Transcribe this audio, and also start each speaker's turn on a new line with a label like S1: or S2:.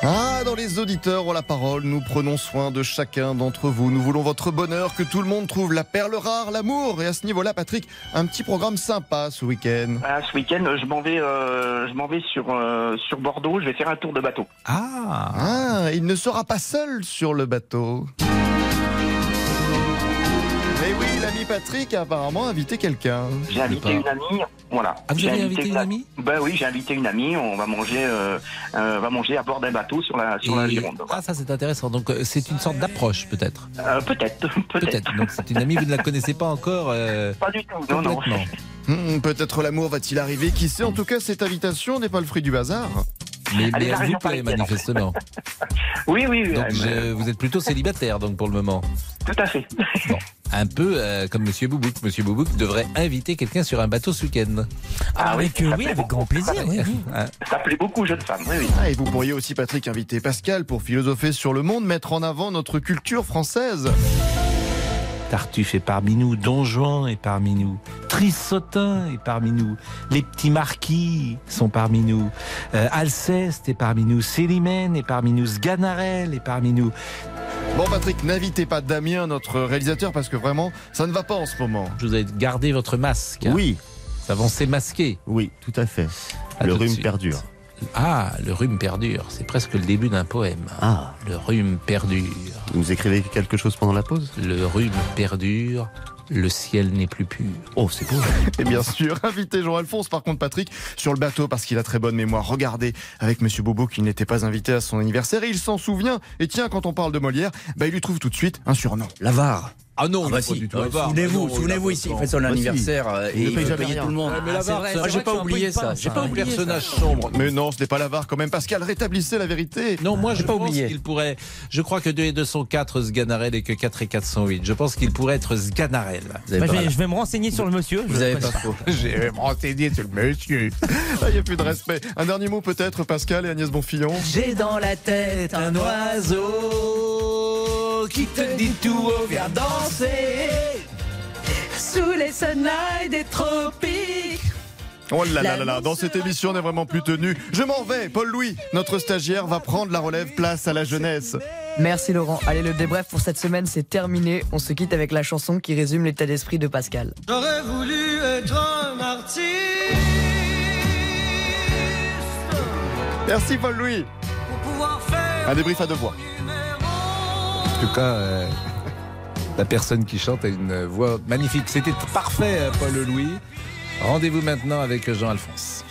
S1: Ah, dans les auditeurs ont la parole, nous prenons soin de chacun d'entre vous. Nous voulons votre bonheur, que tout le monde trouve la perle rare, l'amour. Et à ce niveau-là, Patrick, un petit programme sympa ce week-end.
S2: Ah, ce week-end, euh, je m'en vais, euh, je m'en vais sur, euh, sur Bordeaux. Je vais faire un tour de bateau.
S3: Ah
S2: Hein
S1: Ah, il ne sera pas seul sur le bateau. Mais oui, l'ami Patrick a apparemment invité quelqu'un.
S2: J'ai invité une amie. Voilà.
S3: Ah, vous
S2: J'ai
S3: avez invité une amie
S2: Ben oui, j'ai invité une amie. On va manger, euh, euh, on va manger à bord d'un bateau sur la sur la
S3: Et-
S2: Gironde.
S3: Ah, ça c'est intéressant. Donc euh, c'est une sorte d'approche peut-être.
S2: Euh, peut-être, peut-être.
S3: Peut-être. Donc c'est une amie, vous ne la connaissez pas encore. euh,
S2: Pas du tout. Non, non.
S3: Complètement.
S1: Hmm, Peut-être l'amour va-t-il arriver, qui sait. En tout cas, cette invitation n'est pas le fruit du hasard.
S2: Elle
S3: Mais,
S2: est
S3: mais
S2: de la
S3: elle vous
S2: région
S3: plaît
S2: parisienne,
S3: manifestement.
S2: Oui, oui, oui.
S3: Donc
S2: euh,
S3: je- vous êtes plutôt célibataire donc pour le moment.
S2: Tout à fait.
S3: Un peu euh, comme Monsieur Boubouk. Monsieur Boubouk devrait inviter quelqu'un sur un bateau ce week-end. Hein.
S2: Ah oui,
S4: avec, euh,
S2: ça
S4: oui,
S2: fait
S4: avec grand plaisir. oui, oui.
S2: Ça plaît beaucoup aux jeunes femmes. Oui, oui.
S1: Ah, et vous pourriez aussi, Patrick, inviter Pascal pour philosopher sur le monde, mettre en avant notre culture française.
S4: Tartuffe est parmi nous, Don Juan est parmi nous, Trissotin est parmi nous, les petits marquis sont parmi nous, euh, Alceste est parmi nous, Célimène est parmi nous, Sganarelle est parmi nous.
S1: Bon, Patrick, n'invitez pas Damien, notre réalisateur, parce que vraiment, ça ne va pas en ce moment.
S3: Je vous ai gardé votre masque. hein.
S5: Oui,
S3: Nous avons s'émasquer.
S5: oui, tout à fait.
S3: À
S5: le
S3: tout de
S5: rhume
S3: suite.
S5: perdure.
S3: Ah, le rhume perdure. C'est presque le début d'un poème.
S5: Ah,
S3: Le rhume perdure.
S5: vous nous écrivez quelque chose pendant la pause
S3: Le rhume perdure. Le ciel n'est plus pur.
S5: Oh, c'est beau.
S1: Et bien sûr, invitez Jean-Alphonse, par contre, Patrick, sur le bateau, parce qu'il a très bonne mémoire. Regardez, avec Monsieur Bobo, qui n'était pas invité à son anniversaire, et il s'en souvient. Et tiens, quand on parle de Molière, bah, il lui trouve tout de suite un surnom.
S6: L'avare.
S3: Ah non,
S6: Ah bah si, euh, souvenez-vous, souvenez-vous, ici, il fait son anniversaire euh, et
S5: ne
S6: il
S5: paye
S6: veut
S5: jamais
S6: payer
S5: rien.
S6: tout le monde.
S3: mais l'avare,
S6: Ah, c'est-
S3: c'est
S6: moi, j'ai
S3: vrai
S6: pas
S3: qu'on
S6: oublié
S3: paye pas,
S6: ça. J'ai
S3: ça,
S6: pas
S3: hein.
S6: oublié
S3: Personnage
S6: ça.
S3: sombre.
S1: Mais non, ce n'est pas l'avare quand même. Pascal, rétablissez la vérité.
S3: Non, moi je
S6: pas
S3: pense
S6: oublié.
S3: qu'il pourrait. Je crois que 2 et 2 sont 4 Sganarelle et que 4 et 4 sont 8. Je pense qu'il pourrait être Sganarelle.
S6: Vous avez
S4: Bah,
S6: pas-
S4: je, vais, je vais me renseigner sur le monsieur.
S6: vous
S4: Je-
S6: avez pas faux.
S1: Ah, Il n'y a plus de respect. Un dernier mot, peut-être, Pascal et Agnès Bonfillon.
S4: J'ai dans la tête un oiseau qui te dit tout haut, viens danser sous les sonnailles des tropiques.
S1: Oh là là là là, dans cette émission, on n'est vraiment plus tenu. Je m'en vais, Paul-Louis, notre stagiaire, va prendre la relève place à la jeunesse.
S7: Merci Laurent. Allez, le débrief pour cette semaine, c'est terminé. On se quitte avec la chanson qui résume l'état d'esprit de Pascal.
S8: J'aurais voulu être un artiste
S1: Merci, Paul-Louis.
S8: pour pouvoir faire
S1: Un débrief à deux voix.
S8: mon numéro.
S3: En tout cas, euh, la personne qui chante a une euh, voix magnifique. C'était parfait, Paul Louis. Rendez-vous maintenant avec Jean-Alphonse.